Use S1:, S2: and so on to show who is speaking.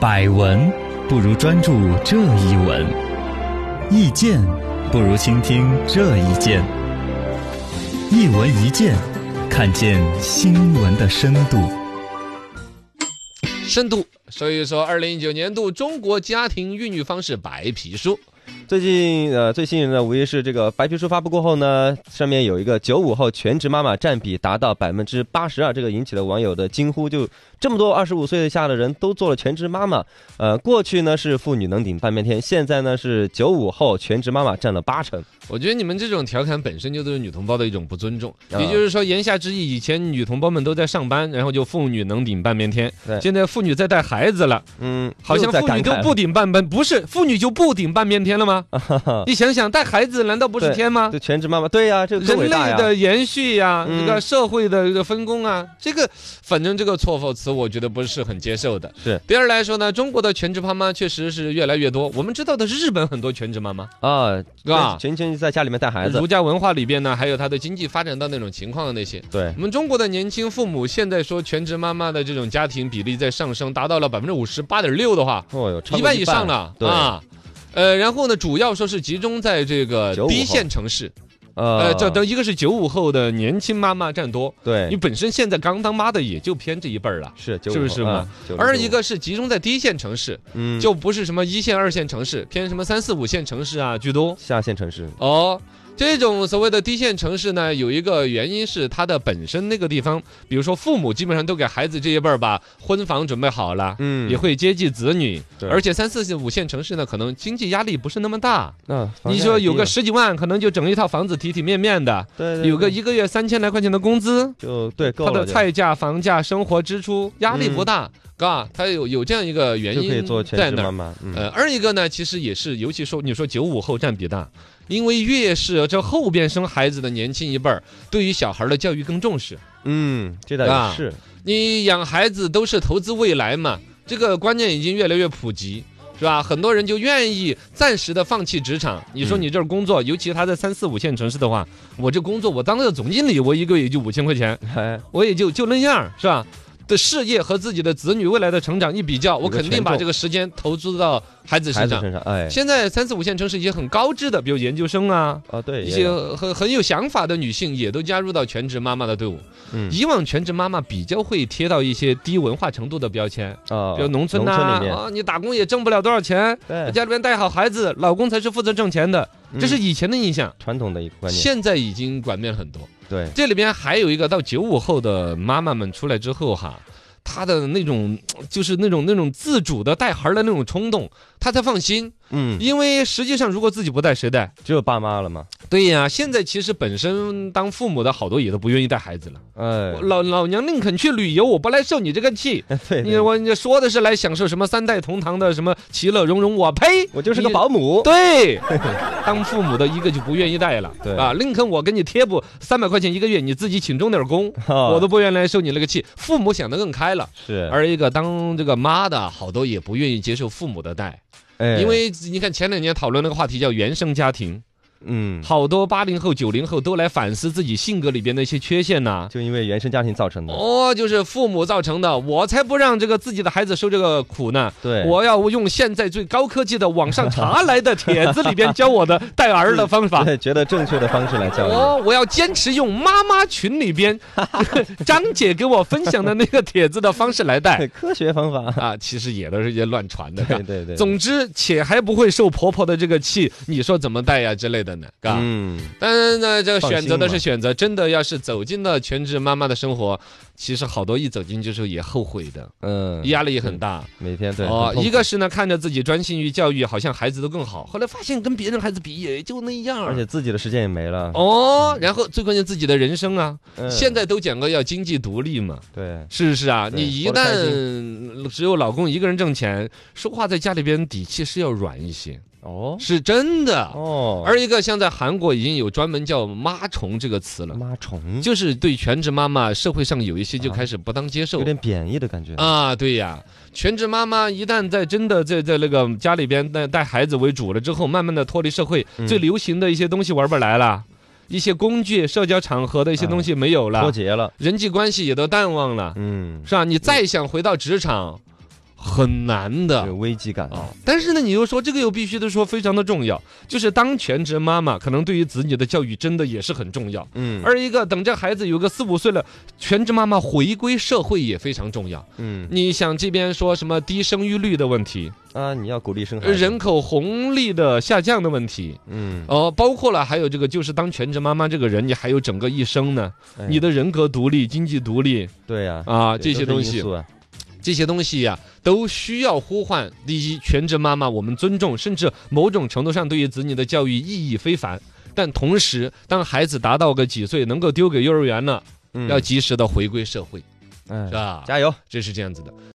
S1: 百闻不如专注这一闻，意见不如倾听这一见。一闻一见，看见新闻的深度。
S2: 深度。所以说，二零一九年度中国家庭孕育方式白皮书，
S3: 最近呃最吸引人的无疑是这个白皮书发布过后呢，上面有一个九五后全职妈妈占比达到百分之八十二，这个引起了网友的惊呼，就这么多二十五岁以下的人都做了全职妈妈。呃，过去呢是妇女能顶半边天，现在呢是九五后全职妈妈占了八成。
S2: 我觉得你们这种调侃本身就对女同胞的一种不尊重。
S3: 啊
S2: 也就是说，言下之意，以前女同胞们都在上班，然后就妇女能顶半边天
S3: 对，
S2: 现在妇女在带孩子了，
S3: 嗯，
S2: 好像
S3: 又在
S2: 妇
S3: 感
S2: 女都
S3: 慨了
S2: 不顶半边，不是妇女就不顶半边天了 吗？你想想，带孩子难道不是
S3: 对
S2: 天吗？
S3: 对全职妈妈，对呀、这个更
S2: 啊人
S3: 伟
S2: 类
S3: 大呀。
S2: 的延续呀、
S3: 嗯
S2: 这个社会的这个分工啊，这个反正这个错否词，我觉得不是很接受的。
S3: 是。
S2: 第二来说呢，中国的全职妈妈确实是越来越多。我们知道的是日本很多全职妈妈，
S3: 啊，
S2: 是吧？
S3: 全全在家里面带孩子
S2: 儒，家文化里边呢，还有它的经济发展到那种情况的那些。
S3: 对
S2: 我们中国的年轻父母现在说全职妈妈的这种家庭比例在上升，达到了百分之五十八点六的话，
S3: 哦哟，超过
S2: 一半以上了
S3: 对
S2: 啊。呃，然后呢，主要说是集中在这个
S3: 95
S2: 一
S3: 后
S2: 线城市，
S3: 呃
S2: 呃，，这等一个是九五后的年轻妈妈占多，你
S3: 对
S2: 本身现在刚当妈的也就偏这一辈儿了。
S3: 是
S2: 是不是嘛？
S3: 95
S2: 而一个是集中在第一线城市，
S3: 嗯，
S2: 就不是什么一线、二线城市，偏什么三四五线城市啊居多。
S3: 下线城市，
S2: 哦，这种所谓的低线城市呢，有一个原因是它的本身那个地方，比如说父母基本上都给孩子这一辈儿把婚房准备好了，
S3: 嗯
S2: 也会接济子女，
S3: 对
S2: 而且三四线、五线城市呢，可能经济压力不是那么大，
S3: 那
S2: 你说有个十几万，可能就整一套房子体体面面的，
S3: 对对
S2: 有个
S3: 对
S2: 一个月三千来块钱的工资，
S3: 就对够
S2: 他
S3: 了
S2: 的
S3: 就
S2: 菜价、房价、生活支出压力不
S3: 嗯
S2: 大，嘎、他有有这样一个原
S3: 就可以
S2: 因
S3: 做
S2: 在
S3: 全职
S2: 那
S3: 妈
S2: 儿。
S3: 妈，嗯
S2: 呃，二一个呢，其实也是，尤其说你说九五后占比大，因为越是这后边生孩子的年轻一辈儿，对于小孩儿的教育更重视。
S3: 嗯，这倒
S2: 啊
S3: 也是，
S2: 你养孩子都是投资未来嘛，这个观念已经越来越普及。是吧？很多人就愿意暂时的放弃职场。你说
S3: 嗯
S2: 你这儿工作，尤其他在三四五线城市的话，我这工作我当个总经理，我一个月也就五千块钱，
S3: 哎，
S2: 我也就就那样儿，是吧？的事业和自己的子女未来的成长一比较，我肯定把这个时间投资到孩子
S3: 孩
S2: 身
S3: 子
S2: 上。
S3: 身上，哎，
S2: 现在三四五线城市一些很高知的，比如研究生啊，
S3: 啊对，
S2: 一
S3: 也
S2: 些
S3: 有
S2: 很很有想法的女性也都加入到全职妈妈的队伍。
S3: 嗯
S2: 以往全职妈妈比较会贴到一些低文化程度的标签，
S3: 啊，
S2: 比如农村呐
S3: 农村里面
S2: 啊，你打工也挣不了多少钱，
S3: 对，
S2: 家里面带好孩子，老公才是负责挣钱的，这是
S3: 嗯
S2: 以前的印象。
S3: 传统的一个观念，
S2: 现在已经转变很多。
S3: 对，
S2: 这里边还有一个到九五后的妈妈们出来之后哈，她的那种就是那种那种自主的带孩儿的那种冲动，她才放心。
S3: 嗯，
S2: 因为实际上如果自己不带谁带？
S3: 只有爸妈了嘛，
S2: 对呀、现在其实本身当父母的好多也都不愿意带孩子了。
S3: 哎，
S2: 老老娘宁肯去旅游，我不来受你这个气。
S3: 对，
S2: 你
S3: 对
S2: 我你说的是来享受什么三代同堂的什么其乐融融，我呸！
S3: 我就是个
S2: 你
S3: 保姆，
S2: 对，当父母的一个就不愿意带了，
S3: 对
S2: 啊，宁肯我给你贴补三百块钱一个月，你自己请钟点工，
S3: 啊
S2: 我都不愿意来受你那个气。父母想得更开了，
S3: 是，
S2: 而一个当这个妈的好多也不愿意接受父母的带，
S3: 哎
S2: 因为你看前两年讨论那个话题叫原生家庭，
S3: 嗯，
S2: 好多八零后、九零后都来反思自己性格里边的一些缺陷呐、
S3: 就因为原生家庭造成的，
S2: 哦，就是父母造成的，我才不让这个自己的孩子受这个苦呢。
S3: 对，
S2: 我要用现在最高科技的网上查来的帖子里边教我的带儿的方法。
S3: 对觉得正确的方式来教育。
S2: 哦，我要坚持用妈妈群里边 张姐给我分享的那个帖子的方式来带
S3: 对哎科学方 法，
S2: 啊，其实也都是一些乱传 的。
S3: 对
S2: 嘎
S3: 对对，
S2: 总之，且还不会受婆婆的这个气，你说怎么带呀之类的呢？嘎。
S3: 嗯，
S2: 但是呢，这个
S3: 放心
S2: 选择的
S3: 嘛
S2: 是选择，真的要是走进了全职妈妈的生活，其实好多一走进去之后也后悔的，
S3: 嗯，
S2: 压力也很大。
S3: 每天对
S2: 哦
S3: 很，痛
S2: 一
S3: 苦
S2: 个是呢，看着自己专心于教育，好像孩子都更好，后来发现跟别人孩子比也就那样。
S3: 而且自己的时间也没了。
S2: 哦，然后最关键自己的人生啊，
S3: 嗯
S2: 现在都讲过要经济独立嘛，
S3: 对
S2: 是不是啊？
S3: 对
S2: 你一
S3: 活得开
S2: 旦只有老公一个人挣钱，说话在家里边底气是要软一些，
S3: 哦
S2: 是真的。
S3: 哦，
S2: 而一个像在韩国已经有专门叫“妈虫”这个词了，
S3: 妈虫
S2: 就是对全职妈妈社会上有一些就开始不当接受
S3: 有，点贬义的感觉。
S2: 啊，对呀，全职妈妈一旦在真的在在那个家里边带带孩子为主了之后，慢慢的脱离社会，
S3: 嗯
S2: 最流行的一些东西玩不来了，一些工具、社交场合的一些东西没有了，
S3: 脱节了，
S2: 人际关系也都淡忘了，
S3: 嗯，
S2: 是吧？你再想回到职场。很难的
S3: 有。危机感
S2: 啊、但是呢，你又说这个又必须得说非常的重要，就是当全职妈妈可能对于子女的教育真的也是很重要。
S3: 嗯
S2: 二一个，等这孩子有个四五岁了，全职妈妈回归社会也非常重要。
S3: 嗯
S2: 你想这边说什么低生育率的问题，
S3: 啊，你要鼓励生孩
S2: 呃
S3: 子，
S2: 人口红利的下降的问题，
S3: 嗯，
S2: 呃，包括了还有这个，就是当全职妈妈这个人，你还有整个一生呢，
S3: 哎
S2: 你的人格独立、经济独立
S3: 对呀
S2: 啊，
S3: 对
S2: 这些
S3: 都
S2: 东
S3: 是因
S2: 西
S3: 素，啊
S2: 这些东西呀、都需要呼唤。第一，全职妈妈，我们尊重，甚至某种程度上对于子女的教育意义非凡。但同时，当孩子达到个几岁，能够丢给幼儿园了，
S3: 嗯
S2: 要及时的回归社会，
S3: 哎
S2: 是吧？
S3: 加油，
S2: 这是这样子的。